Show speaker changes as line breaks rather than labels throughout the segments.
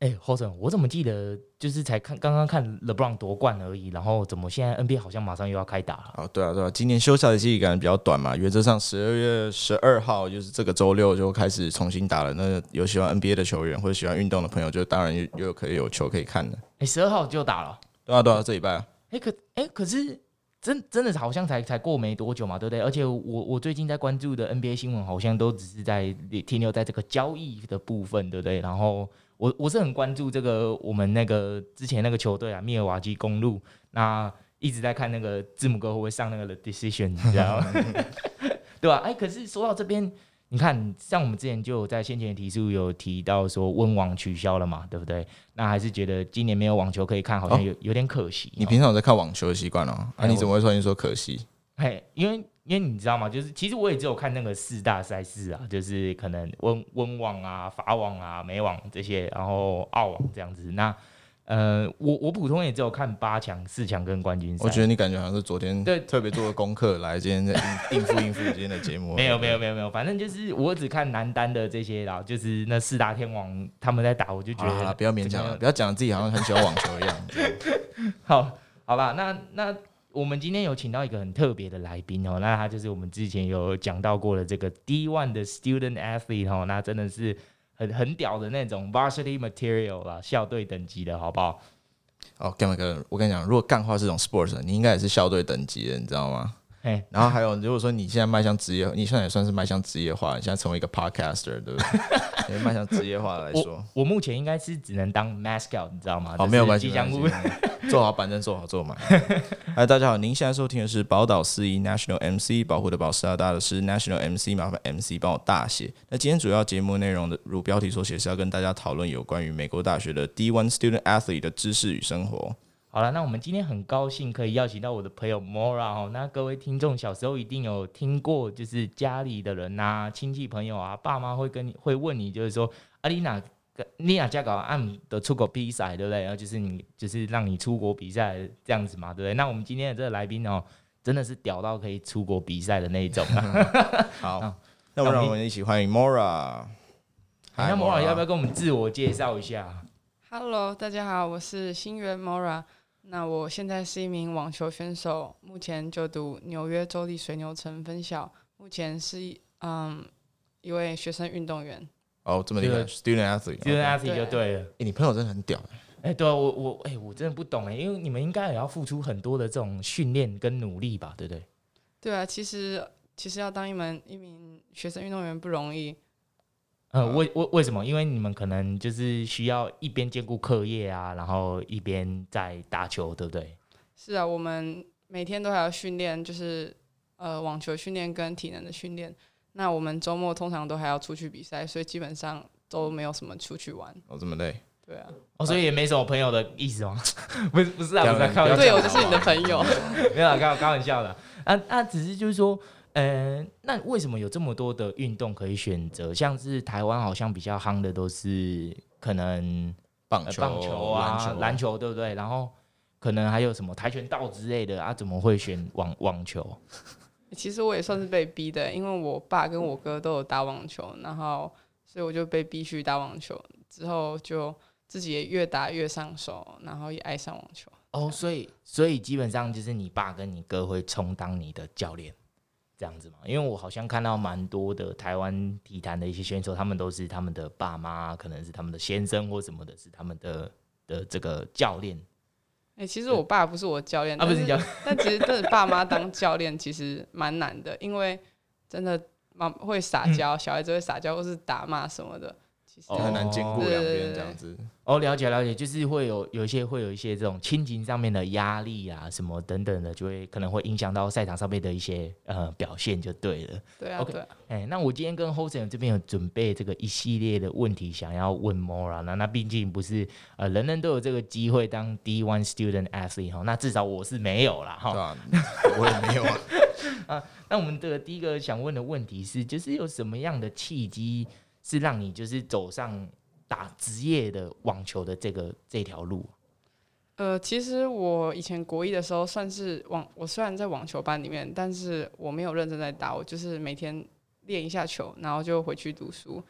哎、侯总，我怎么记得就是才看刚刚看 LeBron 夺冠而已，然后怎么现在 NBA 好像马上又要开打了？
哦，对啊，对啊，今年休赛季感觉比较短嘛，原则上十二月十二号就是这个周六就开始重新打了。那有喜欢 NBA 的球员或者喜欢运动的朋友，就当然又又可以有球可以看的。
哎、1十二号就打了。
对啊，对啊，这礼拜啊，
哎、可哎、可是真真的好像才才过没多久嘛，对不对？而且我我最近在关注的 NBA 新闻，好像都只是在停留在这个交易的部分，对不对？然后我我是很关注这个我们那个之前那个球队啊，密尔瓦基公路，那一直在看那个字母哥会不会上那个 The Decision，你知道吗？ 对吧、哎、可是说到这边。你看，像我们之前就有在先前的提速有提到说温网取消了嘛，对不对？那还是觉得今年没有网球可以看，好像有、有点可惜哦。
你平常有在看网球的习惯哦？啊，
哎
你怎么会突然说可惜？
嘿，因为因为你知道吗？就是其实我也只有看那个四大赛事啊，就是可能温温网啊、法网啊、美网这些，然后澳网这样子。那呃，我我普通也只有看八强、四强跟冠军赛。
我觉得你感觉好像是昨天
对
特别做的功课来今天在应应付应付今天的节 目。
没有没有没有没有，反正就是我只看男单的这些啦，就是那四大天王他们在打，我就觉
好啦，好
得
啦不要勉强
怎
啊
么
了，
样
不要讲自己好像很喜欢网球一样。
好，好吧，那那我们今天有请到一个很特别的来宾哦，那他就是我们之前有讲到过的这个 D one 的 student athlete 哦，那真的是很很屌的那种 varsity material 啦，校队等级的好不好？
哦，干嘛哥，我跟你讲，如果干话是种 sports，你应该也是校队等级的，你知道吗？
嘿，
然后还有，如果说你现在迈向职业，你现在也算是迈向职业化，你现在成为一个 podcaster，对不 对？你迈向职业化来说啊
我，我目前应该是只能当 mascot，你知道吗？
好，没有关系，
吉
没
祥物
关。系 做好板凳，做好做 满。嗨，大家好，您现在收听的是宝岛四一 National MC 保护的宝师大大的是 National MC，麻烦 MC 帮我大写。那今天主要节目内容的，如标题所写，是要跟大家讨论有关于美国大学的 D1 Student Athlete 的知识与生活。
好了，那我们今天很高兴可以邀请到我的朋友 Mora 哦。那各位听众小时候一定有听过，就是家里的人呐、亲戚朋友啊、爸妈会跟你会问你，就是说阿丽娜。你哪家搞按的出国比赛，对不对？然后就是你，就是让你出国比赛这样子嘛，对不对？那我们今天的这个来宾哦，真的是屌到可以出国比赛的那一种 啊！
好，那我们让哎我们一起欢迎 Mora。
那
Hi，
Mora 要不要跟我们自我介绍一下？
Hello，大家好，我是新源 Mora。那我现在是一名网球选手，目前就读纽约州立水牛城分校，目前是一嗯一位学生运动员。
哦，这么厉害
这个
，Student Athlete，
就是
OK
阿自己就对了。
欸你朋友真的很屌欸、
哎、对啊我我哎、我真的不懂哎、因为你们应该也要付出很多的这种训练跟努力吧，对不对？
对啊，其实其实要当一门一名学生运动员不容易。
呃，
呃
为为为什么？因为你们可能就是需要一边兼顾课业啊，然后一边在打球，对不对？
是啊，我们每天都还要训练，就是呃网球训练跟体能的训练。那我们周末通常都还要出去比赛，所以基本上都没有什么出去玩。
哦，这么累，
对啊，
哦，所以也没什么朋友的意思吗？ 不是不是啊，不是啊
不要
开玩
要
笑，
队友就是你的朋友。
没有啊开开玩笑的啊啊，只是就是说，呃，那为什么有这么多的运动可以选择？像是台湾好像比较夯的都是可能
棒
呃
球、
棒球啊、篮
篮球，
球，对不对？然后可能还有什么跆拳道之类的啊，怎么会选网网球？
其实我也算是被逼的，因为我爸跟我哥都有打网球，然后所以我就被逼去打网球，之后就自己也越打越上手，然后也爱上网球。
哦，所以所以基本上就是你爸跟你哥会充当你的教练，这样子嘛？因为我好像看到蛮多的台湾体坛的一些选手，他们都是他们的爸妈，可能是他们的先生或什么的，是他们的的这个教练
哎、其实我爸不是我教练，
啊，不是你教
但是，但其实真的爸妈当教练其实蛮难的，因为真的妈会
嗯
撒娇，小孩子会撒娇或是打骂什么的，其实
哦
就很难兼顾
对
两边
对
这样子。
哦，了解了解，就是会有有一些会有一些这种亲情上面的压力啊，什么等等的，就会可能会影响到赛场上面的一些呃表现，就对了。
对啊
OK
对啊。
哎、那我今天跟 Hosen 这边有准备这个一系列的问题，想要问 Mora 那那毕竟不是呃人人都有这个机会当 D1 student athlete 哈，那至少我是没有啦
对
哈。
啊吧？我也没有啊。
那我们的第一个想问的问题是，就是有什么样的契机是让你就是走上打职业的网球的这个这条路？
呃，其实我以前国一的时候算是网，我虽然在网球班里面，但是我没有认真在打，我就是每天练一下球，然后就回去读书。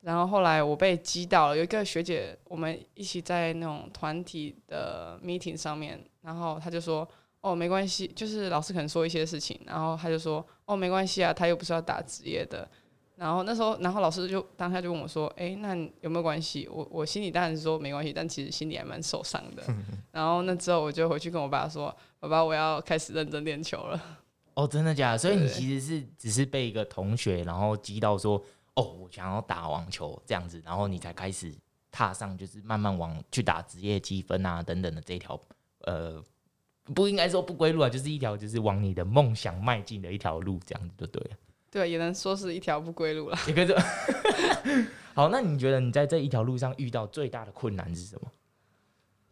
然后后来我被击倒了，有一个学姐，我们一起在那种团体的 meeting 上面，然后她就说：“哦，没关系，就是老师可能说一些事情，然后她就说：‘哦，没关系啊，他又不是要打职业的。’然后那时候，然后老师就当下就问我说：‘诶，那你有没有关系？’我我心里当然是说没关系，但其实心里还蛮受伤的。然后那之后，我就回去跟我爸说：‘爸爸，我要开始认真练球了。’
哦，真的假的？所以你
对
其实是只是被一个同学然后激到说，哦，我想要打网球这样子，然后你才开始踏上就是慢慢往去打职业积分啊等等的这一条呃，不应该说不归路啊，就是一条就是往你的梦想迈进的一条路，这样子就对 了。
对，也能说是一条不归路了。
也可以这 好，那你觉得你在这一条路上遇到最大的困难是什么？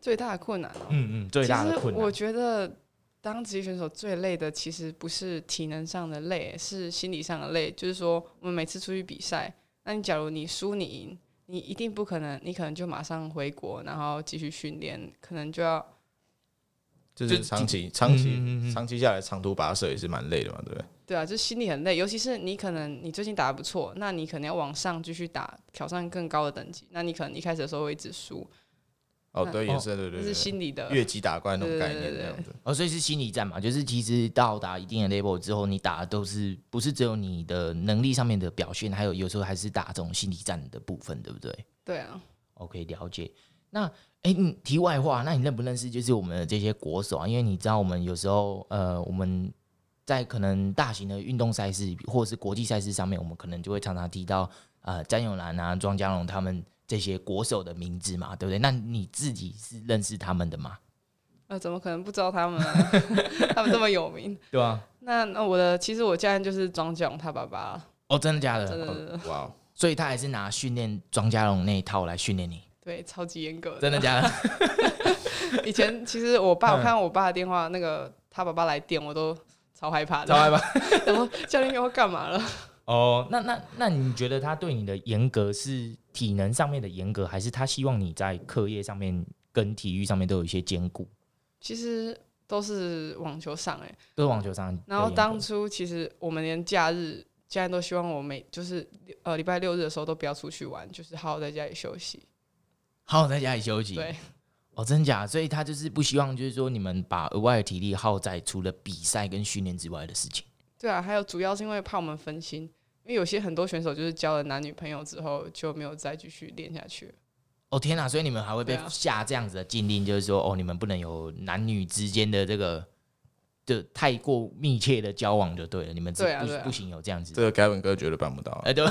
最大的困难、哦，
嗯嗯，最大的困
其实我
难。
觉得当职业选手最累的，其实不是体能上的累，是心理上的累。就是说，我们每次出去比赛，那你假如你输你赢，你一定不可能，你可能就马上回国，然后继续训练，可能就要
就
就是
长期、
嗯
长期、
嗯嗯嗯
长期下来，长途跋涉也是蛮累的嘛，对不对？
对啊，就心里很累，尤其是你可能你最近打的不错，那你可能要往上继续打，挑战更高的等级，那你可能一开始的时候会一直输，
哦，
嗯那
对，
哦
也是，对
这
对
是
对
心理的
对，越级打怪那种概
对
念
对对
这样子。
哦，所以是心理战嘛，就是其实到达一定的 level 之后，你打的都是不是只有你的能力上面的表现，还有有时候还是打这种心理战的部分，对不对
对啊。
？OK，了解。那哎，你题外话，那你认不认识就是我们的这些国手啊？因为你知道我们有时候呃，我们在可能大型的运动赛事或者是国际赛事上面，我们可能就会常常提到呃詹永兰啊、庄家龙他们这些国手的名字嘛，对不对？那你自己是认识他们的吗？
呃，怎么可能不知道他们、啊？ 他们这么有名。
对啊。
那那我的，其实我家人就是庄炯他爸爸了，
哦，真的假的？
真的真的
哦哇哦，
所以他还是拿训练庄家龙那一套来训练你，
对，超级严格的。
真的假的？
以前其实我爸，
嗯
我看我爸的电话，那个他爸爸来电，我都超害怕的。
知道吧？
然后教练给我干嘛了？
哦，那那那你觉得他对你的严格是体能上面的严格，还是他希望你在课业上面跟体育上面都有一些兼顾？
其实都是网球上哎、
都是网球上的严格，
然后当初其实我们连假日，家人都希望我每就是呃礼拜六日的时候都不要出去玩，就是好好在家里休息。
好在家里休息，
对，
哦，真假？所以他就是不希望，就是说你们把额外的体力耗在除了比赛跟训练之外的事情。
对啊，还有主要是因为怕我们分心，因为有些很多选手就是交了男女朋友之后就没有再继续练下去了。
哦天哪！所以你们还会被
对啊
下这样子的禁令，就是说，哦，你们不能有男女之间的这个就太过密切的交往就对了，你们只
对啊
不
对啊
不行有这样子
这。个改本哥绝对办不到啊，
哎对，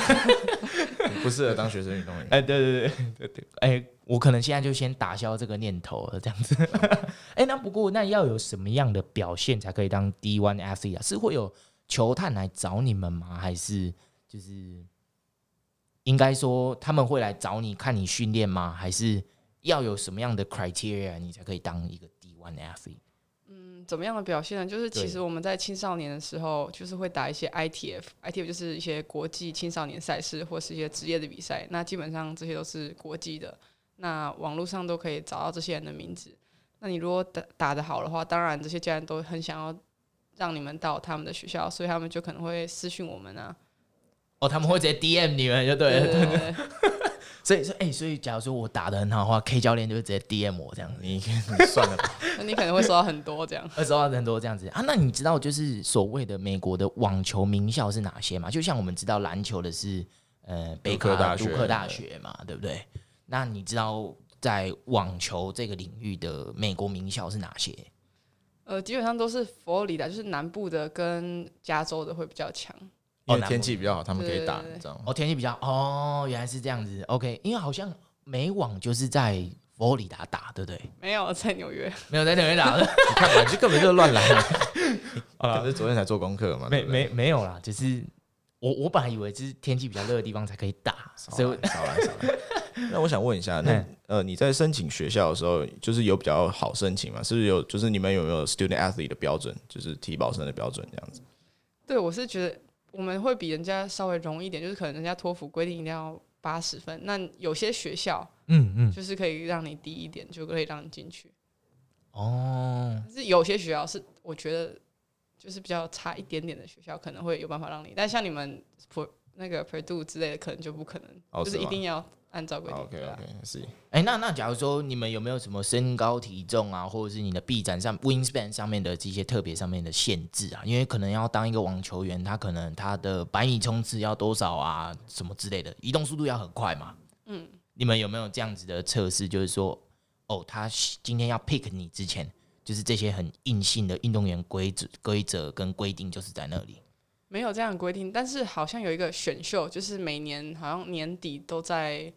不适合当学生运动员。
哎对对对对对，哎，我可能现在就先打消这个念头了，这样子。 哎，那不过那要有什么样的表现才可以当 D1 athlete 啊？是会有球探来找你们吗？还是就是应该说他们会来找你看你训练吗？还是要有什么样的 criteria 你才可以当一个 D1 athlete？
嗯怎么样的表现呢？就是
对
其实我们在青少年的时候，就是会打一些 ITF，ITF 就是一些国际青少年赛事或是一些职业的比赛。那基本上这些都是国际的，那网络上都可以找到这些人的名字。那你如果打打得好的话，当然这些家人都很想要让你们到他们的学校，所以他们就可能会私讯我们啊。
哦，他们会直接 DM 你们就对了。
对对，
所以说，哎、所以假如说我打的很好的话，K 教练就会直接 DM 我这样子。
你 你算了吧，
那你可能会收到很多这样。
二十二人多这样子啊？那你知道就是所谓的美国的网球名校是哪些吗？就像我们知道篮球的是呃北卡
杜克大
杜
学
克大学嘛，对不对？那你知道在网球这个领域的美国名校是哪些？
呃，基本上都是佛罗里达，就是南部的跟加州的会比较强。
哦
因为天气比较好，他们可以打，
对对对
你知道吗？
哦，天气比较哦，原来是这样子。OK，因为好像美网就是在佛罗里达打，对不对？
没有 在纽约，
没有在纽约打的。
你看嘛，这根本就乱来嘛。可是昨天才做功课嘛，
没
对不对
没没有啦，就是我我本来以为就是天气比较热的地方才可以打，所以我
少来少来少 来。那我想问一下，那
嗯
呃，你在申请学校的时候，就是有比较好申请吗？是不是有？就是你们有没有 student athlete 的标准，就是体保生的标准这样子？
对我是觉得我们会比人家稍微容易一点，就是可能人家托福规定一定要八十分，那有些学校
嗯嗯
就是可以让你低一点，就可以让你进去。
哦，
但是有些学校是我觉得就是比较差一点点的学校，可能会有办法让你，但像你们普那那个 Purdue 之类的，可能就不可能，
哦
就是
是
一
吗哦
定要按照规定。
OK
对啊
OK，是
哎、那那假如说你们有没有什么身高体重啊，或者是你的臂展上 wingspan 上面的这些特别上面的限制啊？因为可能要当一个网球员，他可能他的百米冲刺要多少啊，什么之类的，移动速度要很快嘛。
嗯，
你们有没有这样子的测试？就是说，哦，他今天要 pick 你之前，就是这些很硬性的运动员规则、规则跟规定，就是在那里。
没有这样的规定，但是好像有一个选秀，就是每年好像年底都在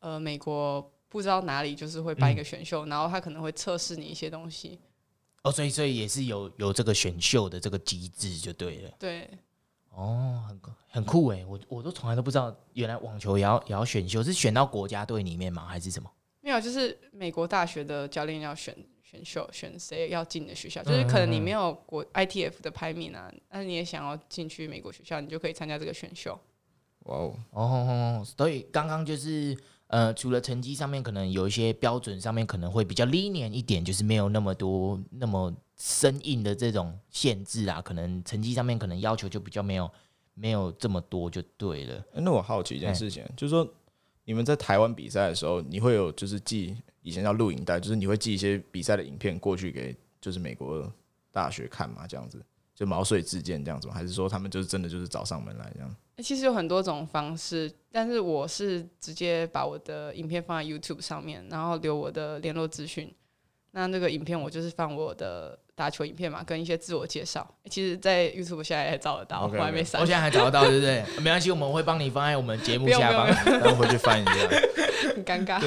呃美国不知道哪里就是会办一个选秀，然后他可能会测试你一些东西。
哦，所以所以也是有有这个选秀的这个机制就对了。
对，
哦，很酷很酷哎，我我都从来都不知道，原来网球也要也要选秀，是选到国家队里面吗？还是什么？
没有，就是美国大学的教练要选选秀，选谁要进你的学校，就是可能你没有国 ITF 的排名啊，那你也想要进去美国学校，你就可以参加这个选秀。
哇哦，
哦，所以刚刚就是呃，除了成绩上面可能有一些标准上面可能会比较 lenient 一点，就是没有那么多那么生硬的这种限制啊，可能成绩上面可能要求就比较没有没有这么多就对了。
诶那我好奇一件
哎
事情，就是说你们在台湾比赛的时候，你会有就是寄以前叫录影带，就是你会寄一些比赛的影片过去给就是美国大学看嘛，这样子就毛遂自荐这样子吗？还是说他们就是真的就是找上门来 这样？
欸其实有很多种方式，但是我是直接把我的影片放在 YouTube 上面，然后留我的联络资讯。那那个影片我就是放我的打球影片嘛，跟一些自我介绍。欸其实，在 YouTube 现在也找得到
OK，OK
我还没
我
删
现。在还找得到，对不 对？没关系，我们会帮你放在我们节目
不用
下
不用
方。
然后回去翻一下。
很尴尬。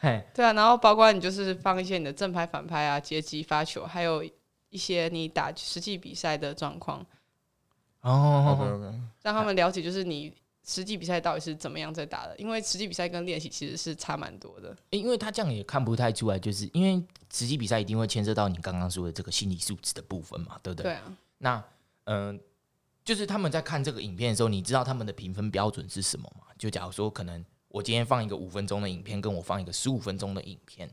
嘿，
对啊，然后包括你就是放一些你的正拍、反拍啊、接击、发球，还有一些你打实际比赛的状况，
哦
OK OK，
让他们了解就是你实际比赛到底是怎么样在打的，因为实际比赛跟练习其实是差蛮多的。
因为他这样也看不太出来，就是因为实际比赛一定会牵涉到你刚刚说的这个心理素质的部分嘛，对不对？
对啊，
那嗯、呃就是他们在看这个影片的时候，你知道他们的评分标准是什么吗？就假如说，可能我今天放一个五分钟的影片，跟我放一个十五分钟的影片，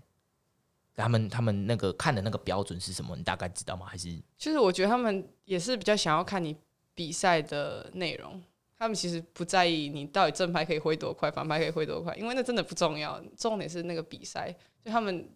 他们他们那个看的那个标准是什么？你大概知道吗？还是
就是我觉得他们也是比较想要看你比赛的内容。他们其实不在意你到底正拍可以挥多快，反拍可以挥多快，因为那真的不重要，重点是那个比赛。就他们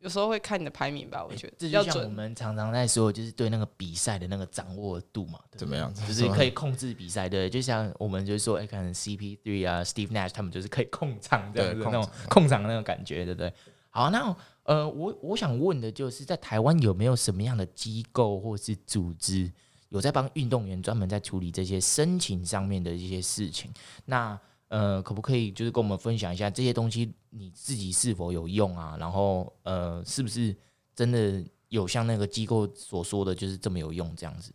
有时候会看你的排名吧，我觉得
这
比较
就像我
准。
们常常在说，就是对那个比赛的那个掌握度嘛，对不对
怎么样？
就是可以控制比赛，对，就像我们就是说，哎、可能 CP3 啊、Steve Nash 他们就是可以控场这样子那
对控
种控场的那种感觉，对不对？好，那呃，我我想问的就是，在台湾有没有什么样的机构或是组织有在帮运动员专门在处理这些申请上面的一些事情？那呃，可不可以就是跟我们分享一下这些东西你自己是否有用啊？然后呃，是不是真的有像那个机构所说的，就是这么有用这样子？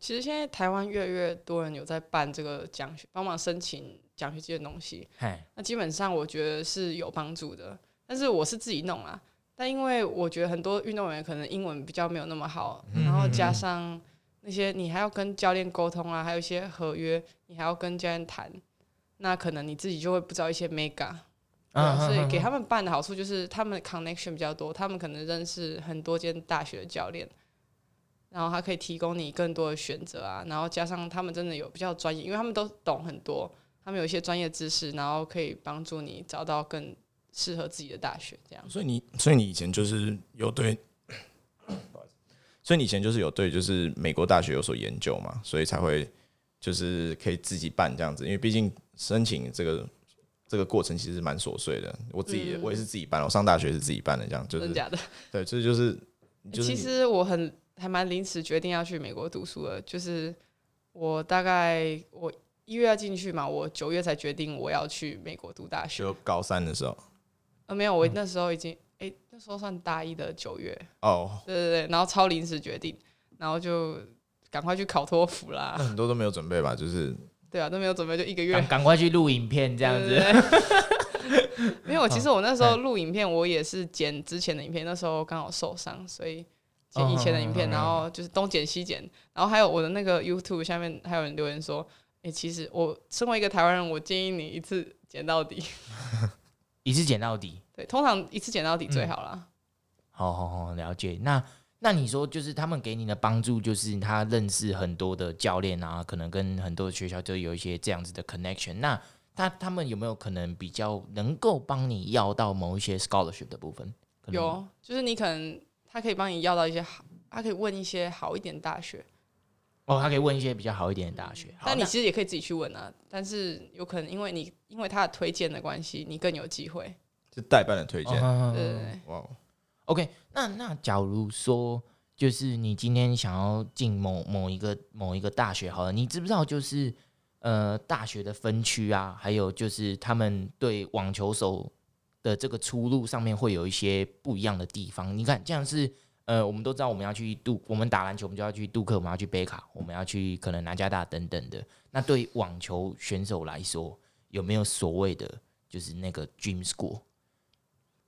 其实现在台湾越来越多人有在办这个奖学，帮忙申请奖学金的东西。
嗨，
那基本上我觉得是有帮助的，但是我是自己弄啦。但因为我觉得很多运动员可能英文比较没有那么好，然后加上那些你还要跟教练沟通啊，还有一些合约，你还要跟教练谈，那可能你自己就会不知道一些 mega。对
嗯
啊所以给他们办的好处就是他们 connection 比较多，他们可能认识很多间大学的教练，然后他可以提供你更多的选择啊，然后加上他们真的有比较专业，因为他们都懂很多，他们有一些专业知识，然后可以帮助你找到更适合自己的大学这样。
所以你，所以你以前就是有对， 不好意思所以你以前就是有对，就是美国大学有所研究嘛，所以才会就是可以自己办这样子，因为毕竟申请这个这个过程其实蛮琐碎的。我自己也、
嗯
我也是自己办，我上大学是自己办的，这样就
真
是
的假的？欸
对，这就是就是
其
你
实我很还蛮临时决定要去美国读书的，就是我大概我一月要进去嘛，我九月才决定我要去美国读大学。
就高三的时候
呃，没有，
嗯
我那时候已经，诶，那时候算大一的九月，
哦，
对对对，然后超临时决定，然后就赶快去考托福啦
那，很多都没有准备吧，就是
对啊，都没有准备，就一个月
嗯赶赶快去录影片这样子。哦哎
子。 没有，其实我那时候录影片，我也是剪之前的影片，那时候刚好受伤，所以剪以前的影片，
哦
然后就是东剪西剪，然后还有我的那个 YouTube 下面还有人留言说，诶，其实我身为一个台湾人，我建议你一次剪到底，
一次剪到底。嗯
对，通常一次剪到底最好啦。
好好好，了解。那那你说，就是他们给你的帮助，就是他认识很多的教练啊，可能跟很多的学校就有一些这样子的 connection。那他他们有没有可能比较能够帮你要到某一些 scholarship 的部分？可能
有，就是你可能他可以帮你要到一些好，他可以问一些好一点的大学，
哦，他可以问一些比较好一点的大学。好
但你
那
其实也可以自己去问啊。但是有可能因为你因为他的推荐的关系，你更有机会。
是代办的推荐。
哦
对对对，
哇哦，
OK，那那假如说，就是你今天想要进某某一个某一个大学，好了，你知不知道就是呃大学的分区啊，还有就是他们对网球手的这个出路上面会有一些不一样的地方？你看，这样是。呃，我们都知道我们要去杜，我们打篮球，我们就要去杜克，我们要去北卡，我们要去可能南加大等等的。那对于网球选手来说，有没有所谓的就是那个 dream school？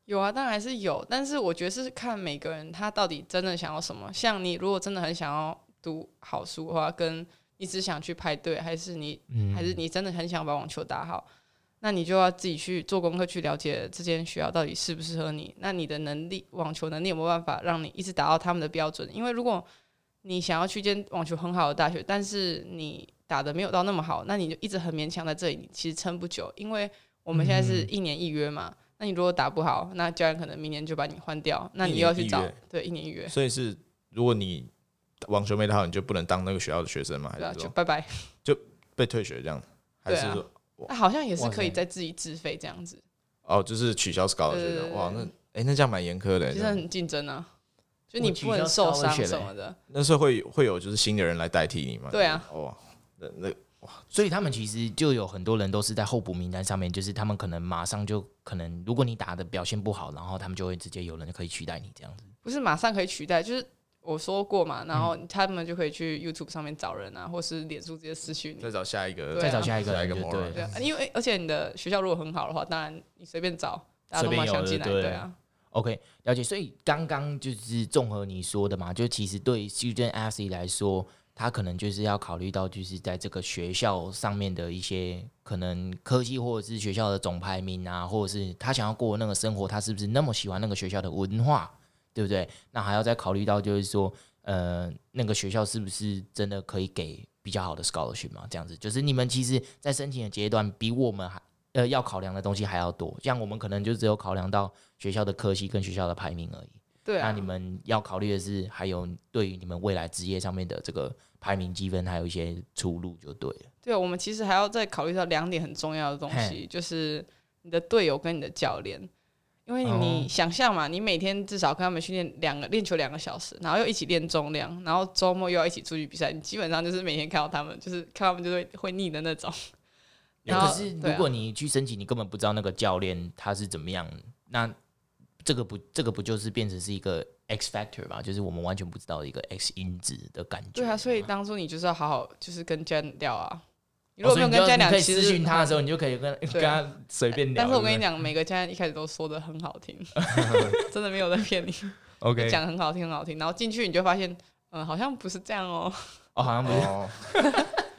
有啊，当然是有，但是我觉得是看每个人他到底真的想要什么。像你如果真的很想要读好书的话，跟你只想去排队，还是你
嗯
还是你真的很想把网球打好，那你就要自己去做功课，去了解这间学校到底适不适合你。那你的能力，网球能力有没有办法让你一直达到他们的标准？因为如果你想要去一间网球很好的大学，但是你打的没有到那么好，那你就一直很勉强在这里，你其实撑不久。因为我们现
嗯
在是一年一约嘛，那你如果打不好，那教练可能明年就把你换掉，那
一
你
年
又要去
一
找
约
对一年一约，
所以是如果你网球没打好，你就不能当那个学校的学生吗？还
对啊，
是
就
说
拜拜。
被退学这样？还
对啊
是说
那好像也是
哇
可以
塞
再自己自费这样子，
哦，就是取消 scholarship？
对
这
对
样
对
哇，那哎，那这样蛮严苛的
其实很
欸。
竞争啊，就
我
你
取
不能
消
受
scholarship 欸
伤什么的。
那时候会会有就是新的人来代替你吗？哦
对啊，
哇，那那
所以他们其实就有很多人都是在候补名单上面，就是他们可能马上就可能，如果你打的表现不好，然后他们就会直接有人可以取代你这样子。
不是马上可以取代，就是我说过嘛，然
嗯
后他们就可以去 YouTube 上面找人啊，或是脸书直接私讯你
再。找下一个，
对啊再找
下一个
下一个
人就
moron
对啊，因为而且你的学校如果很好的话，当然你随便找，大家
随
都
便
蛮
有
想
的
进来，
对
对啊，
OK，了解。所以刚刚就是综合你说的嘛，就其实对 student athlete 来说，他可能就是要考虑到就是在这个学校上面的一些可能科技或者是学校的总排名啊，或者是他想要过的那个生活，他是不是那么喜欢那个学校的文化，对不对？那还要再考虑到就是说，呃，那个学校是不是真的可以给比较好的 scholarship 嘛？这样子，就是你们其实在申请的阶段比我们还呃要考量的东西还要多，像我们可能就只有考量到。学校的科系跟学校的排名而已。
对
那
啊
你。们要考虑的是，还有对于你们未来职业上面的这个排名积分，还有一些出路就对了。
对啊，我们其实还要再考虑到两点很重要的东西，就是你的队友跟你的教练，因为
哦
你想象嘛，你每天至少跟他们训练两个练球两个小时，然后又一起练重量，然后周末又要一起出去比赛，你基本上就是每天看到他们，就是看他们就会会腻的那种。然
可
后
是如
对啊
果你去申请，你根本不知道那个教练他是怎么样，那这个不这个不就是变成是一个 X factor 吧？就是我们完全不知道的一个 X 因子的感觉。哦
对啊，所以当初你就是要好好就是跟教练聊啊。
你
你如果没有跟教练
可
聊，
以
其
私
实
讯他的时
候，
候，你就可以跟跟
对啊
他随便聊。
但是我跟
对
你
不对
讲，每个教练一开始都说的很好 听，真的没有在骗你，
OK，
讲得很好听很好听，然后进去你就发现，嗯，好像不是这样哦。
哦，好像不是
哦，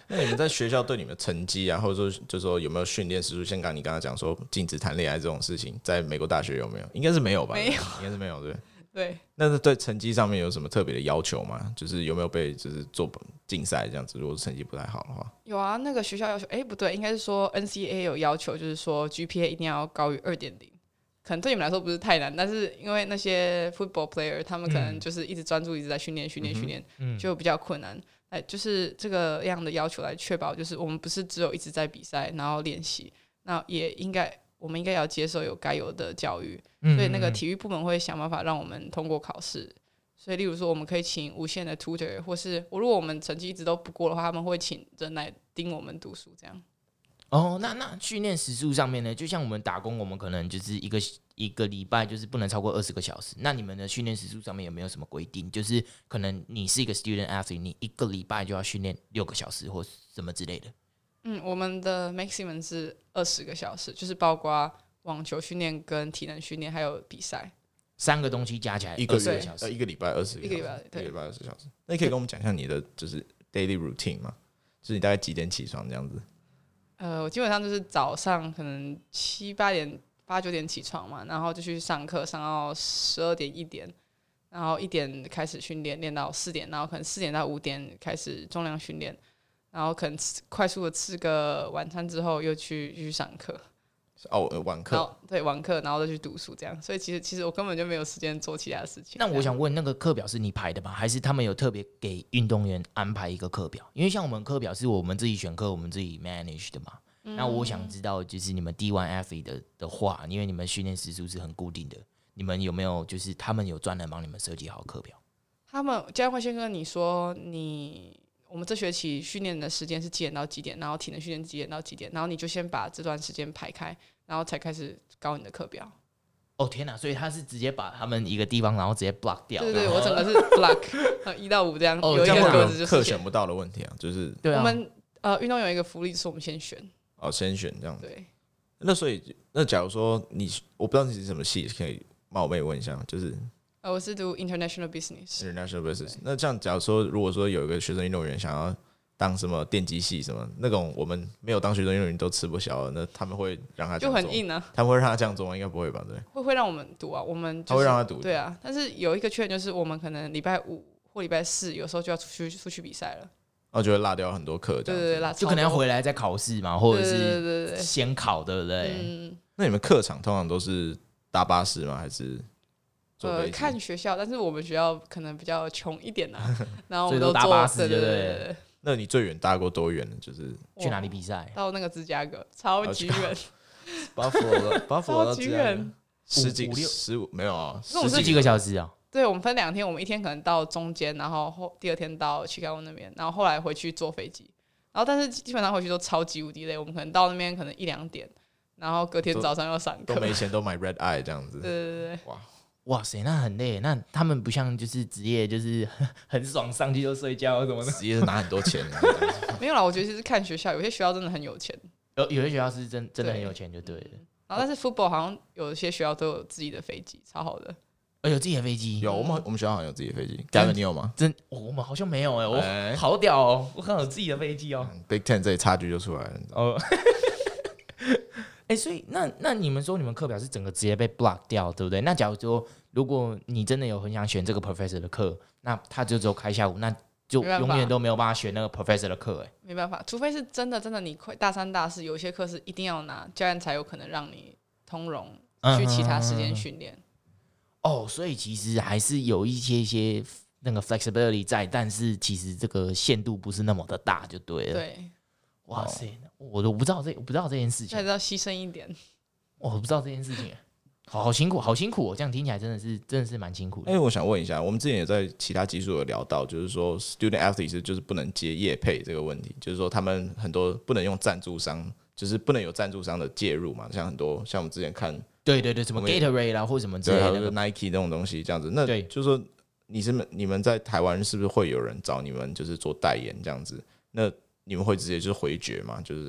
那你们在学校对你们成绩啊，或者说就说有没有训练时数？像刚你刚刚讲说禁止谈恋爱这种事情，在美国大学有没有？应该是没有吧？
没
有，应该是没有对。
对，
那是对成绩上面有什么特别的要求吗？就是有没有被就是做竞赛这样子？如果成绩不太好的话，
有啊，那个学校要求，哎，不对，应该是说 NCA 有要求，就是说 GPA 一定要高于二点零。可能对你们来说不是太难，但是因为那些 football player 他们可能就是一直专注，一直在训练、训练、训练，
嗯
就比较困难。哎，就是这个样的要求来确保，就是我们不是只有一直在比赛，然后练习，那也应该我们应该要接受有该有的教育。
嗯
所以那个体育部门会想办法让我们通过考试。所以，例如说，我们可以请无限的 tutor，或是我如果我们成绩一直都不过的话，他们会请人来盯我们读书，这样。
哦，那那训练时数上面呢？就像我们打工，我们可能就是一个一个礼拜就是不能超过二十个小时。那你们的训练时数上面有没有什么规定？就是可能你是一个 student athlete，你一个礼拜就要训练六个小时或什么之类的。
嗯，我们的 maximum 是二十个小时，就是包括网球训练、跟体能训练，还有比赛。
三个东西加起来
一个
20
月
个小
呃
时，
一个礼拜二十
哎一个礼拜
一个
对
礼拜二十小时。那你可以跟我们讲一下你的就是 daily routine 吗？就是你大概几点起床这样子？
呃，我基本上就是早上可能七八点、八九点起床嘛，然后就去上课，上到十二点一点，然后一点开始训练，练到四点，然后可能四点到五点开始重量训练，然后可能吃快速的吃个晚餐之后又去去上课，
哦，呃晚
然
课
后对晚课，然后再去读书这样。所以其实其实我根本就没有时间做其他事情。
那
这
我
样
想问，那个课表是你排的吗？还是他们有特别给运动员安排一个课表？因为像我们课表是我们自己选课，我们自己 manage 的嘛。
嗯
那我想知道，就是你们 D1 athlete 的的话，因为你们训练时数是很固定的，你们有没有就是他们有专人帮你们设计好课表？
他们教练会先跟你说你。我们这学期训练的时间是几点到几点，然后体能训练几点到几点，然后你就先把这段时间排开，然后才开始搞你的课表。
哦天哪！所以他是直接把他们一个地方，然后直接 block 掉。
对对，
然
我
后
整个是 block，呃，一到五这样，
哦
有一
这
这样
个
会
样
格
有
子就是
课
写
选不到的问题啊，就是
对啊，
我们呃运动有一个福利是我们先选，
哦先选这样子。
对，
那所以那假如说你，我不知道你是什么系，可以冒昧问一下吗，就是
呃，我是读 international business，
international business。那这样假如说，如果说有一个学生运动员想要当什么电机系什么那种，我们没有当学生运动员都吃不消的，那他们会让他这
就
样
很
做吗，
硬啊，
他们会让他这样做吗？应该不会吧？对，
会会让我们读啊，我们
他
就
会
是
让他读。
对啊，但是有一个缺点就是我们可能礼拜五或礼拜四有时候就要出去出去比赛了，
然后就会落掉很多课这
对
样
对
子。
对，啦，
就可能要
超多
回来再考试嘛，或者
对对
是
对对对，
先考，对不对？
嗯，
那你们客场通常都是搭巴士吗？还是坐飞
呃，
机？
看学校，但是我们学校可能比较穷 一点啊，然后我
所以
们
都
都
搭
坐
巴士
对
就
对
对
对对，
那你最远搭过多远呢？就是
对
去哪里？比哦赛
哇？到那个芝加哥，超
啊去
级远，
Buffalo
超级远。
十几
五五六
十五没有啊，
那
十
我们
十
是
几
几
个小时啊、
对，我们分两天，我们一天可能到中间，然后后第二天到 Chicago 那边，然后后来回去坐飞机，然后但是基本上回去都超级无敌累，我们可能到那边可能一两点，然后隔天
都
早上要上
都
课，对
没钱，都买 Red Eye 这样子。
对对对，
哇，
哇塞，那很累。那他们不像就是职业，就是很爽，上去就睡觉什么的。
职业是拿很多钱 的。
没有啦，我觉得其实看学校，有些学校真的很有钱，
有有些学校是真真的
对
很有钱，就对了。
然后但是 football 好像有一些学校都有自己的飞机，超好的，
哎，有自己的飞机，
有我们我们学校好像有自己的飞机，Gavin 你有吗
真、哦我们好像没有哎、我、
哎
好屌哦，我看有自己的飞机哦。
嗯？Big Ten 这里差距就出来了，你知道吗
哦，哎，所以那那你们说你们课表是整个直接被 block 掉，对不对？那假如说如果你真的有很想选这个 professor 的课，那他就只有开下午，那就
没办法
永远都没有办法选那个 professor 的课哎。
没办法，除非是真的真的你快大三大四，有些课是一定要拿，教练才有可能让你通融去其他时间训练。
哦，所以其实还是有一些一些那个 flexibility 在，但是其实这个限度不是那么的大，就对了。，
对，
哦
哇塞，我都不知道这我不知道这件事情
还，是要牺牲一点。
我不知道这件事情，好好辛苦，好辛苦、哦，这样听起来真的是真的是蛮辛苦
哎、
的。
我想问一下，我们之前也在其他集数有聊到，就是说 student athletes 就是不能接业配这个问题，就是说他们很多不能用赞助商，就是不能有赞助商的介入嘛，像很多像我们之前看
对对对，什么
我们也
Gatorade 啦，或什么之类
对，啊还
的
有
那
就
个，
是 Nike 这种东西这样子，那
对
就是说你是你们在台湾是不是会有人找你们就是做代言这样子？那你们会直接就是回绝吗？就是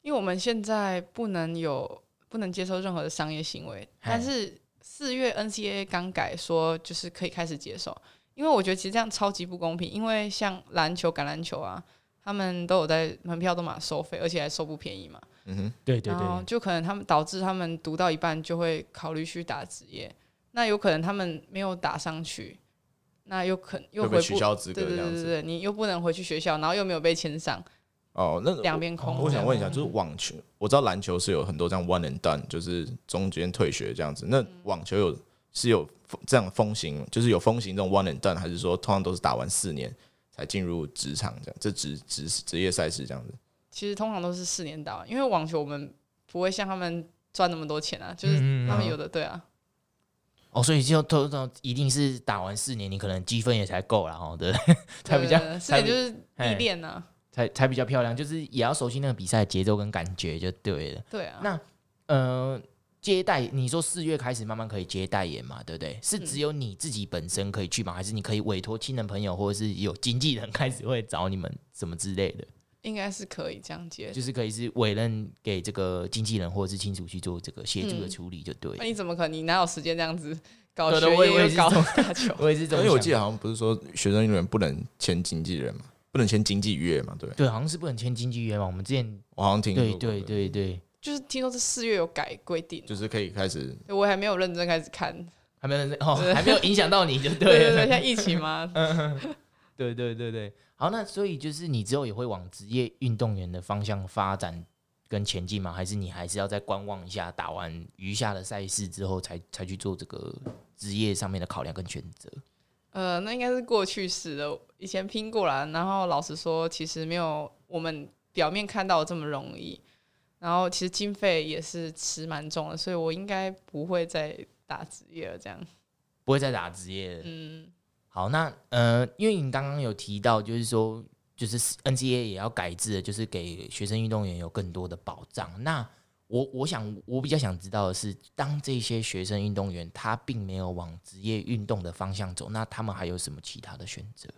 因为我们现在不能有不能接受任何的商业行为，
嗨
但是四月 NCAA 刚改说就是可以开始接受，因为我觉得其实这样超级不公平，因为像篮球、橄榄球啊，他们都有在门票都嘛收费，而且还收不便宜嘛，
嗯哼，
对对
然后
对，
就可能他们导致他们读到一半就会考虑去打职业，那有可能他们没有打上去，那有可又
会
回
被
不
取消资格
对对
这样
对
子。
对，对你又不能回去学校，然后又没有被签上，
哦，那
两边空。
我想问一
下。
下，就是网球，我知道篮球是有很多这样 one and done，就是中间退学这样子。
嗯
那网球有是有这样风行，就是有风行这种 one and done，还是说通常都是打完四年才进入职场这样？这职职职业赛事这样子？
其实通常都是四年打，因为网球我们不会像他们赚那么多钱啊，就是
嗯嗯嗯
他们有的 对啊，
哦，所以就都都一定是打完四年，你可能积分也才够了哦，对， 才
对
比较
对对四
才
年
比
就是
嘿
历练啊，
才才比较漂亮，就是也要熟悉那个比赛的节奏跟感觉就对了。
对啊
那。呃，接待你说四月开始慢慢可以接代言嘛，对不对？是只有你自己本身可以去吗？还是你可以委托亲人朋友，或者是有经纪人开始会找你们什么之类的？
应该是可以这样接。
就是可以是委任给这个经纪人或者是亲属去做这个协助的
嗯
处理，就对了。
那你怎么可能？你哪有时间这样子搞
对
学
对我以为
业
是
又搞
这种
打球？
我也是这
因
么
为哎我
想
记得好像不是说学生运动员不能签经纪人嘛，不能签经纪约嘛，对不对？
对，好像是不能签经纪约嘛。我们之前
我好像听说
对
过
对，对对，
就是听说这四月有改规定，
就是可以开始
对我还没有认真开始看。
还没有哦，
对
还没有影响到你就
对
对
对，
了。
现在疫 情嘛，
对对对对，好，那所以就是你之后也会往职业运动员的方向发展跟前进吗？还是你还是要再观望一下，打完余下的赛事之后才才去做这个职业上面的考量跟选择？
呃，那应该是过去式的，以前拼过啦。然后老实说，其实没有我们表面看到的这么容易。然后其实经费也是吃蛮重的，所以我应该不会再打职业了。这样，
不会再打职业了。
嗯，
好，那呃，因为你刚刚有提到，就是说，就是 NCA 也要改制的，就是给学生运动员有更多的保障。那我我想，我比较想知道的是，当这些学生运动员他并没有往职业运动的方向走，那他们还有什么其他的选择？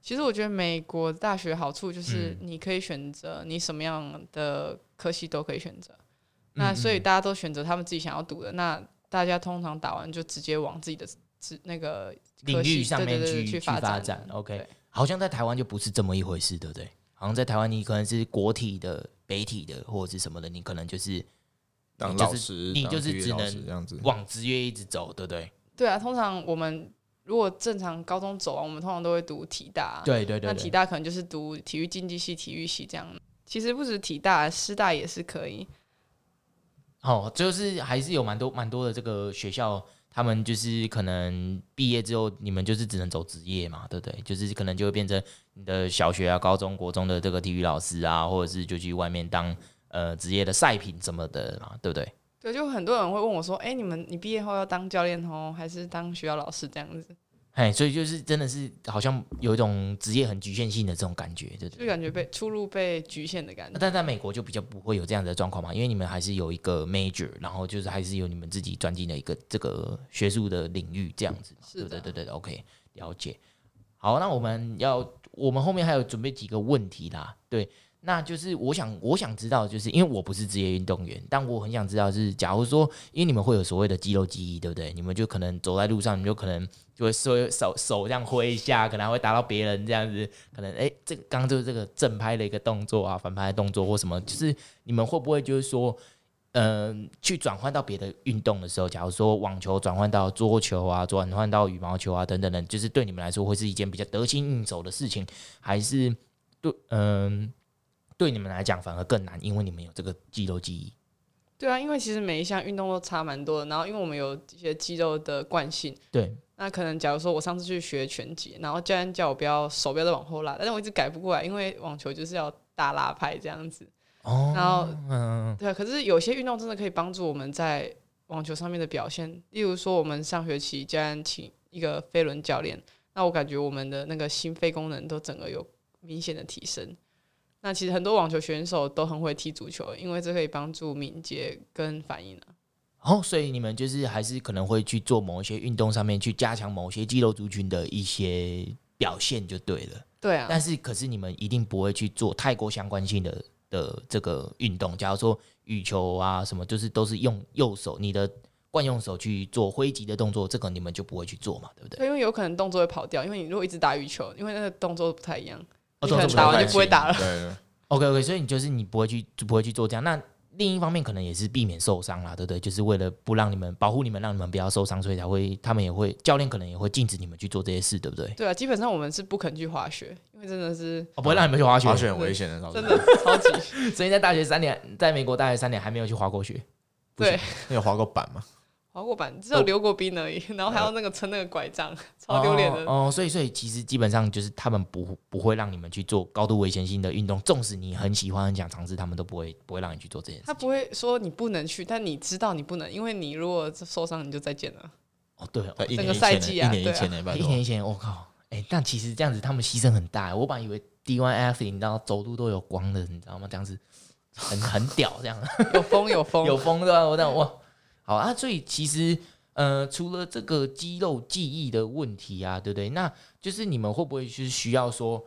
其实我觉得美国大学好处就是
嗯
你可以选择你什么样的科系都可以选择。
嗯
那所以
嗯
大家都选择他们自己想要读的。那大家通常打完就直接往自己的职那个
领
科
域
系
上
对对
面
对
去
去
发
展。
展，OK
对。
好像在台湾就不是这么一回事，对不对？好像在台湾，你可能是国体的、北体的，或者是什么的，你可能就是
当
你就是
老师，
你
当
就是
体育
只
老
能
师这样子。
往职业一直走，对不对？
对啊，通常我们如果正常高中走完，我们通常都会读体大。
对对对
那体
对，
大可能就是读体育竞技系、体育系这样。其实不止体大，师大也是可以。
哦，就是还是有蛮多蛮多的这个学校，他们就是可能毕业之后，你们就是只能走职业嘛，对不对？就是可能就会变成你的小学啊、高中、国中的这个体育老师啊，或者是就去外面当呃职业的赛品什么的嘛，对不对？
对，就很多人会问我说：“哎、你们你毕业后要当教练哦，还是当学校老师这样子
哎，所以就是真的是好像有一种职业很局限性的这种感觉，对？”不
就
对？
感觉被出路被局限的感觉。
啊但在美国就比较不会有这样的状况嘛，因为你们还是有一个 major，然后就是还是有你们自己专精的一个这个学术的领域这样子嘛，
是
对
的
不对？对对对，OK，了解。好，那我们要我们后面还有准备几个问题啦，对，那就是我想我想知道，就是因为我不是职业运动员，但我很想知道是，假如说因为你们会有所谓的肌肉记忆，对不对？你们就可能走在路上，你就可能就会手手手这样挥一下，可能还会打到别人这样子，可能哎、诶这个刚刚就是这个正拍的一个动作啊，反拍的动作或什么，就是你们会不会就是说，嗯、去转换到别的运动的时候，假如说网球转换到桌球啊，转换到羽毛球啊等等等，就是对你们来说会是一件比较得心应手的事情，还是对嗯、对你们来讲反而更难，因为你们有这个肌肉记忆。
对啊，因为其实每一项运动都差蛮多的，然后因为我们有一些肌肉的惯性，
对，
那可能假如说我上次去学拳击，然后教练叫我不要手不要再往后拉，但是我一直改不过来，因为网球就是要大拉拍这样子。
哦，
然后
嗯，
对啊，可是有些运动真的可以帮助我们在网球上面的表现，例如说我们上学期教练请一个飞轮教练，那我感觉我们的那个心肺功能都整个有明显的提升。那其实很多网球选手都很会踢足球，因为这可以帮助敏捷跟反应啊。
哦，所以你们就是还是可能会去做某一些运动上面去加强某些肌肉族群的一些表现就对了。
对啊，
但是可是你们一定不会去做太过相关性的的这个运动，假如说羽球啊什么，就是都是用右手你的惯用手去做挥击的动作，这个你们就不会去做嘛，对不对？
对，因为有可能动作会跑掉，因为你如果一直打羽球，因为那个动作不太一样，
哦
你
动作
可能
不
打
太
完
一
就不会打了。
对，
OK OK，所以你就是你不会去就不会去做这样。那另一方面可能也是避免受伤啦，对不对？就是为了不让你们保护你们，让你们不要受伤，所以才会他们也会教练可能也会禁止你们去做这些事，对不对？
对啊，基本上我们是不肯去滑雪，因为真的是
哦，不会让你们去滑雪，
滑雪很危险的，老
真
师。
的超 级
所以在大学三年，在美国大学三年还没有去滑过雪。不行
对。
你有滑过板吗？
滑过板只有溜过冰而已，然后还要那个撑那个拐杖，超丢脸的。
哦哦。所以，所以其实基本上就是他们不不会让你们去做高度危险性的运动，纵使你很喜欢、很想尝试，他们都不会不会让你去做这件事
他。不会说你不能去，但你知道你不能，因为你如果受伤你就再见了。
哦，对哦，
对一
整
年
个
一
赛
千
季
呢，
啊
一年一
对啊
千呢，拜
一
托
年。以前，我、靠，哎、但其实这样子他们牺牲很大。我本来以为 D1 athlete 你知道走路都有光的，你知道吗？这样子很很屌，这样
有风有风，
有风对吧？我讲哇，好啊。所以其实。呃，除了这个肌肉记忆的问题啊，对不对？那就是你们会不会是需要说，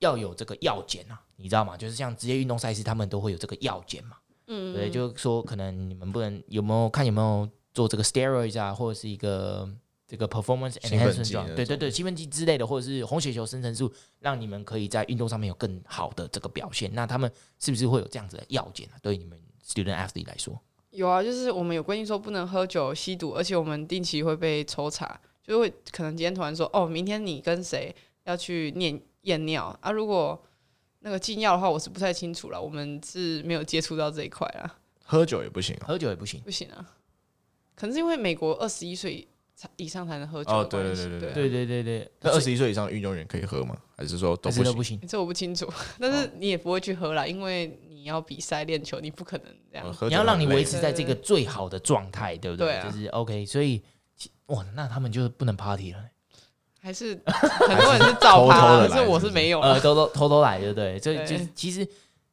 要有这个药检啊，你知道吗？就是像职业运动赛事，他们都会有这个药检嘛，
嗯，
对，就说可能你们不能有没有看有没有做这个 steroids 啊，或者是一个这个 performance
兴奋
enhancement
剂那
drug，
种
对对对，兴奋剂之类的，或者是红血球生成素，让你们可以在运动上面有更好的这个表现。那他们是不是会有这样子的药检啊？对于你们 student athlete 来说，
有啊，就是我们有规定说不能喝酒、吸毒，而且我们定期会被抽查，就会可能今天突然说，哦，明天你跟谁要去验验尿啊？如果那个禁药的话，我是不太清楚了，我们是没有接触到这一块啦，
喝酒也不行啊。
喝酒也不行。
不行啊，可能是因为美国二十一岁才以上才能喝酒
哦
的关系、
对对对对
啊
对对对对，
那
所
二
以
十一岁以上的运动员可以喝吗？还是说都
还
不
是都
行？
不行。
这我不清楚，但
哦
是你也不会去喝啦，因为你要比赛练球，你不可能这样。
呃喝
啊
酒
你要让你
很累
维持在这个最好的状态，对不
对啊
就是 OK，所以其哇，那他们就是不能 party 了，
还是 很多人是照
偷偷
趴，
地
可
来
是我
是哦不
是
是
没有啦。
呃，偷偷偷偷来，对不对？所以就
对
是其实，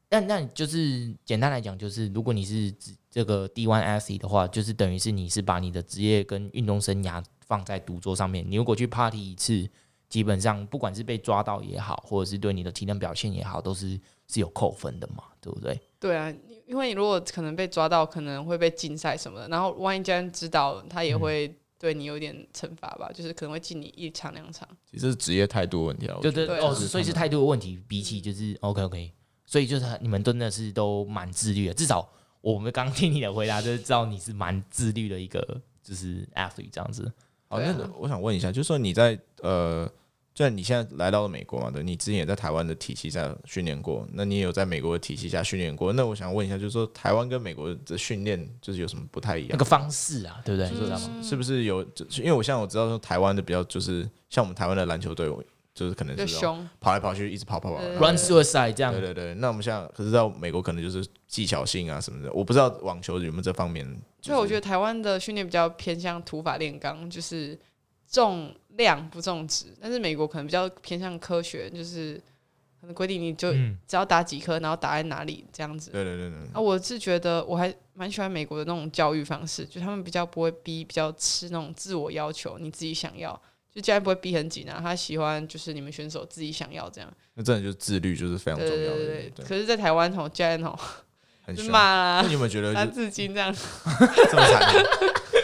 但那就是简单来讲，就是如果你是指这个 D1 AC 的话，就是等于是你是把你的职业跟运动生涯放在赌桌上面，你如果去 party 一次。基本上，不管是被抓到也好，或者是对你的体能表现也好，都是是有扣分的嘛，对不对？
对啊，因因为你如果可能被抓到，可能会被禁赛什么的。然后万一教练知道，他也会对你有点惩罚吧，就是可能会禁你一场两场。
其实是职业态度问题啊。我
对
觉得
对
对
哦，
就是
所以是
他们
态度的问题，比起就是 OK OK，所以就是你们真的是都蛮自律的，至少我们刚听你的回答就是知道你是蛮自律的一个就是 athlete 这样子。
好，
对
那
啊
我想问一下，就是说你在呃，就你现在来到了美国嘛，对，你之前也在台湾的体系下训练过，那你也有在美国的体系下训练过，那我想问一下，就是说台湾跟美国的训练就是有什么不太一
那
样
个？方式啊，
嗯
对不对？你知道吗？
是不是有？就是因为我像我知道说台湾的比较就是像我们台湾的篮球队，我就是可能
就是
这种
凶，
跑来跑去，一直跑跑跑。
对
然后
Run suicide 这样
对对对，那我们现在可是在美国可能就是技巧性啊什么的，我不知道网球有没有这方面。
所以我觉得台湾的训练比较偏向土法炼钢，就是重量不重质。但是美国可能比较偏向科学，就是可能规定你就
嗯
只要打几颗，然后打在哪里这样子。
对对对对，
啊，我是觉得我还蛮喜欢美国的那种教育方式，就他们比较不会逼，比较吃那种自我要求，你自己想要，就教练不会逼很紧啊，他喜欢就是你们选手自己想要这样。
那真的就是自律，就是非常重
对
要的。
对
对
对对。可是，在台湾吼教练吼
很
就
凶。
骂啊
那
啦、
你有没有觉得
三
就
字经这样，
这么惨？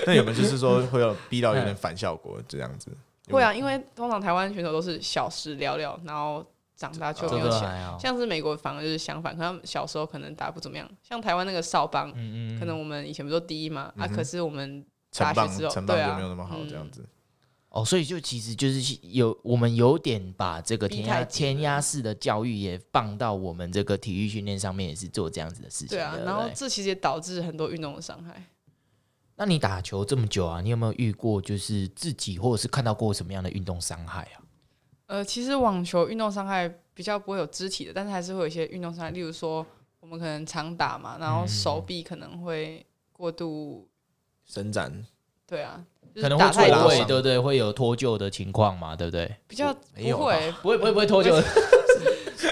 那有没有就是说会有逼到有点反效果这样子？有
会啊，因为通常台湾选手都是小时了了，然后长大就
这
没有
个
钱。
还好。
像是美国反而就是相反，可能他们小时候可能打不怎么样，像台湾那个少邦，
嗯
可能我们以前不是都第一嘛，啊，
嗯哼
可是我们
成棒
大学之后
成棒
对啊
就没有那么好这样子。
哦，所以就其实就是有我们有点把这个填
逼
鸭
太紧了
填鸭式的教育也放到我们这个体育训练上面，也是做这样子的事情。
对啊，
不
然后这其实也导致很多运动的伤害。
那你打球这么久啊，你有没有遇过就是自己或者是看到过什么样的运动伤害啊？
呃，其实网球运动伤害比较不会有肢体的，但是还是会有一些运动伤害，例如说我们可能常打嘛，然后手臂可能会过度，
伸展
对啊，就
可
是
能
打
会
太
错
多
位，
伤
对不对？会有脱臼的情况嘛，对不对？
比较
没有
不会，
不会，不会，不会脱臼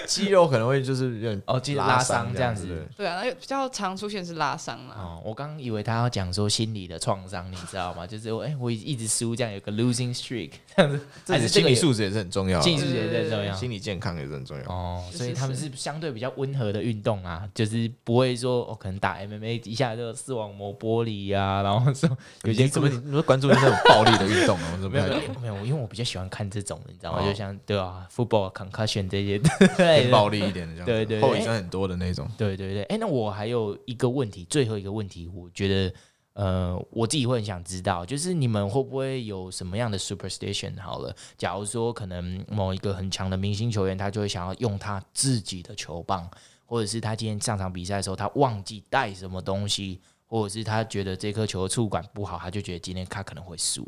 肌肉可能会就是有点
哦，记得
拉
拉伤这
这
样
子。
子
对。
对啊，那比较常出现是拉伤啦，
哦，我刚以为他要讲说心理的创伤，你知道吗？就是我哎、我一直输，这样有个 losing streak，这样子，
这
还是
里哎心
这个
理
也
素质也是很重要啊，
心理素
质
质也
对
是
对
这
对
样
心。理健康也是很重要。
哦，
是
所以
是
他们是相对比较温和的运动啊，就是不会说哦，可能打 MMA 一下就视网膜剥离啊，然后说有些
你 怎么你说关注那种暴力的运动啊？我怎么
没有没有没有，因为我比较喜欢看这种，你知道吗？就像对啊，football concussion 这些，对
偏暴力一点的这样子，
对对对
后遗症很多的那种。
对对对。哎、那我还有一个问题，最后一个问题，我觉得呃，我自己会很想知道，就是你们会不会有什么样的 superstition？好了，假如说可能某一个很强的明星球员，他就会想要用他自己的球棒，或者是他今天上场比赛的时候，他忘记带什么东西，或者是他觉得这颗球的触感不好，他就觉得今天他可能会输。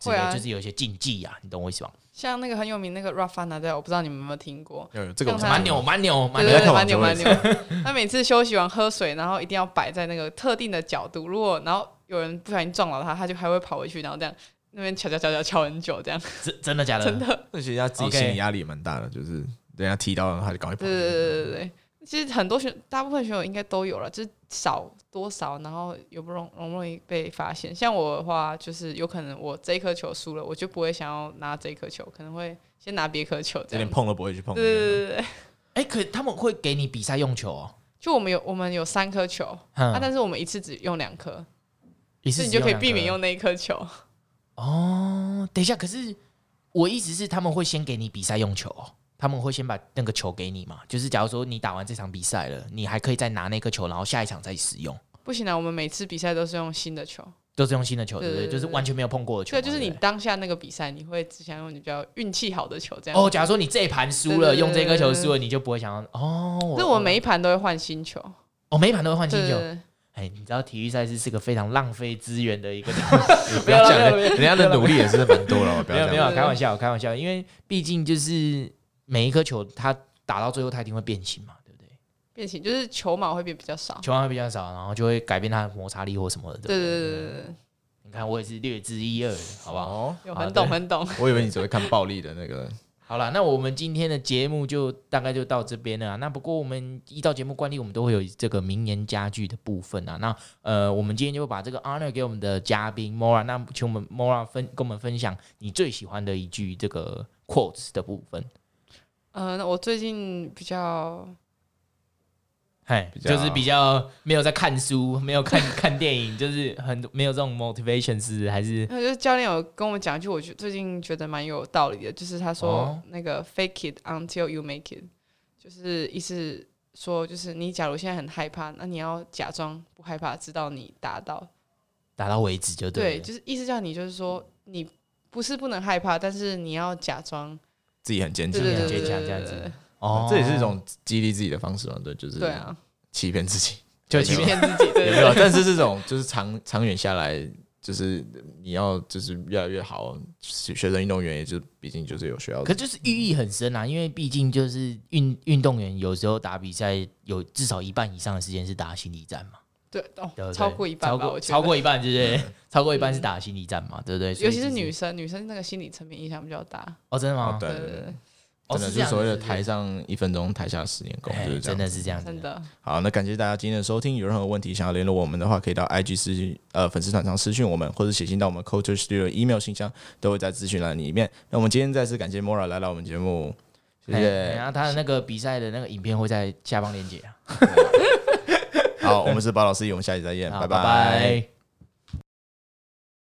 之
会
类
啊
就是有一些禁忌啊，你懂我意思吗？
像那个很有名那个 Rafa Nadal，我不知道你们有没有听过。
有有这个我知
像
道
他
蛮牛，蛮牛，蛮牛。
对啊对
在
对，
看
蛮
网
牛
球
蛮
也
牛。他每次休息完喝水，然后一定要摆在那个特定的角度，如果然后有人不小心撞到他，他就还会跑回去，然后这样那边敲敲敲敲敲很久，这样
真真的假的？
真的。
那其实他自己
OK
心理压力也蛮大的，就是人家踢到他就赶快跑。
对对对对对，其实很多选，大部分选手应该都有了，就是少多少，然后有不容容不容易被发现。像我的话，就是有可能我这一颗球输了，我就不会想要拿这一颗球，可能会先拿别颗球这
有点
样。
碰都不会去碰
对
的那
对
种。
对对对，
哎、可他们会给你比赛用球哦。
就我们有我们有三颗球、啊，
嗯，
但是我们一次只用两颗，
一
所
次
以你
只
就可以
两
避免
颗
用那一颗球。
哦。等一下，可是我意思是他们会先给你比赛用球哦、他们会先把那个球给你嘛？就是假如说你打完这场比赛了，你还可以再拿那颗球，然后下一场再使用。
不行啊，我们每次比赛都是用新的球，
都是用新的球，对不对？
对
就是完全没有碰过的球
所
嘛，
以就是
对
你
不对
当下那个比赛，你会只想用你比较运气好的球这样。
哦，假如说你这一盘输
对对
了，
对
用这颗球输了，你就不会想要哦。
那我每一盘都会换新球，
我哦每一盘都会换新
对
球
对，对
哎，你知道体育赛事是个非常浪费资源的一 个
不要讲
没有
了，人家的努力也是蛮多了，不
没
要
有
这
没
样。
有，开玩笑，开玩笑，因为毕竟就是每一颗球它打到最后它一定会变形嘛，对不对？
变形就是球毛会变比较少。
球量会比较少，然后就会改变它的摩擦力或什么的。
对
不
对对对对对，
你看我也是略知一二，好不好？
哦，
有
啊
很
对
懂很懂。
我以为你只会看暴力的那个，
好了，那我们今天的节目就大概就到这边了啊、那不过我们依照节目惯例，我们都会有这个名言佳句的部分啊。那呃，我们今天就把这个 honor 给我们的嘉宾 Mora，那请我们 Mora 分跟我们分享你最喜欢的一句这个 quotes 的部分。
嗯，那我最近比较
嗨，
比较
就是比较没有在看书，没有看看电影，就是很多没有这种 motivation 是还是
那就是教练有跟我讲一句，我觉最近觉得蛮有道理的，就是他说
哦
那个 “fake it until you make it”，就是意思说，就是你假如现在很害怕，那你要假装不害怕，直到你达到。
打到为止就
对，
对了。
就是意思叫你就是说，你不是不能害怕，但是你要假装。
自己很坚
对
强。
对
很
对对
坚强
对
这样
对
子
对
哦，
这也是一种激励自己的方式嘛，对，就是
对啊，
欺骗 自己，
就
欺
欺
骗
骗
自己，有没有？但是这种就是长长远下来，就是你要就是越来越好，学学生运动员也就毕竟就是有需要
可就是寓意很深啊，因为毕竟就是运运动员有时候打比赛有至少一半以上的时间是打心理战嘛，
对
对
哦，
不对
超过一半
超
吧，我
过
觉得
超过一半，对不对？
嗯
超过一半是打心理战嘛，对不对？所以
尤其是
就
女生，女生那个心理层面影响比较大。
哦，真的
哦
吗？
对
对
对
对
对，
对，
哦，
真的
这
是
样
所谓的
是不是
台上一分钟，台下十年功，就
哎
是这
真
样。
的是这样
对，
子
真的。
好，那感谢大家今天的收听。有任何问题想要联络我们的话，可以到 IG 私讯呃粉丝团上私讯我们，或者写信到我们 Culture Studio email 信箱，都会在资讯栏里面。那我们今天再次感谢 Mora 来到我们节目，谢
哎哎
谢
然。后他的那个比赛的那个影片会在下方链接啊，
好，我们是包老师，我们下期再见，
好
拜
拜拜。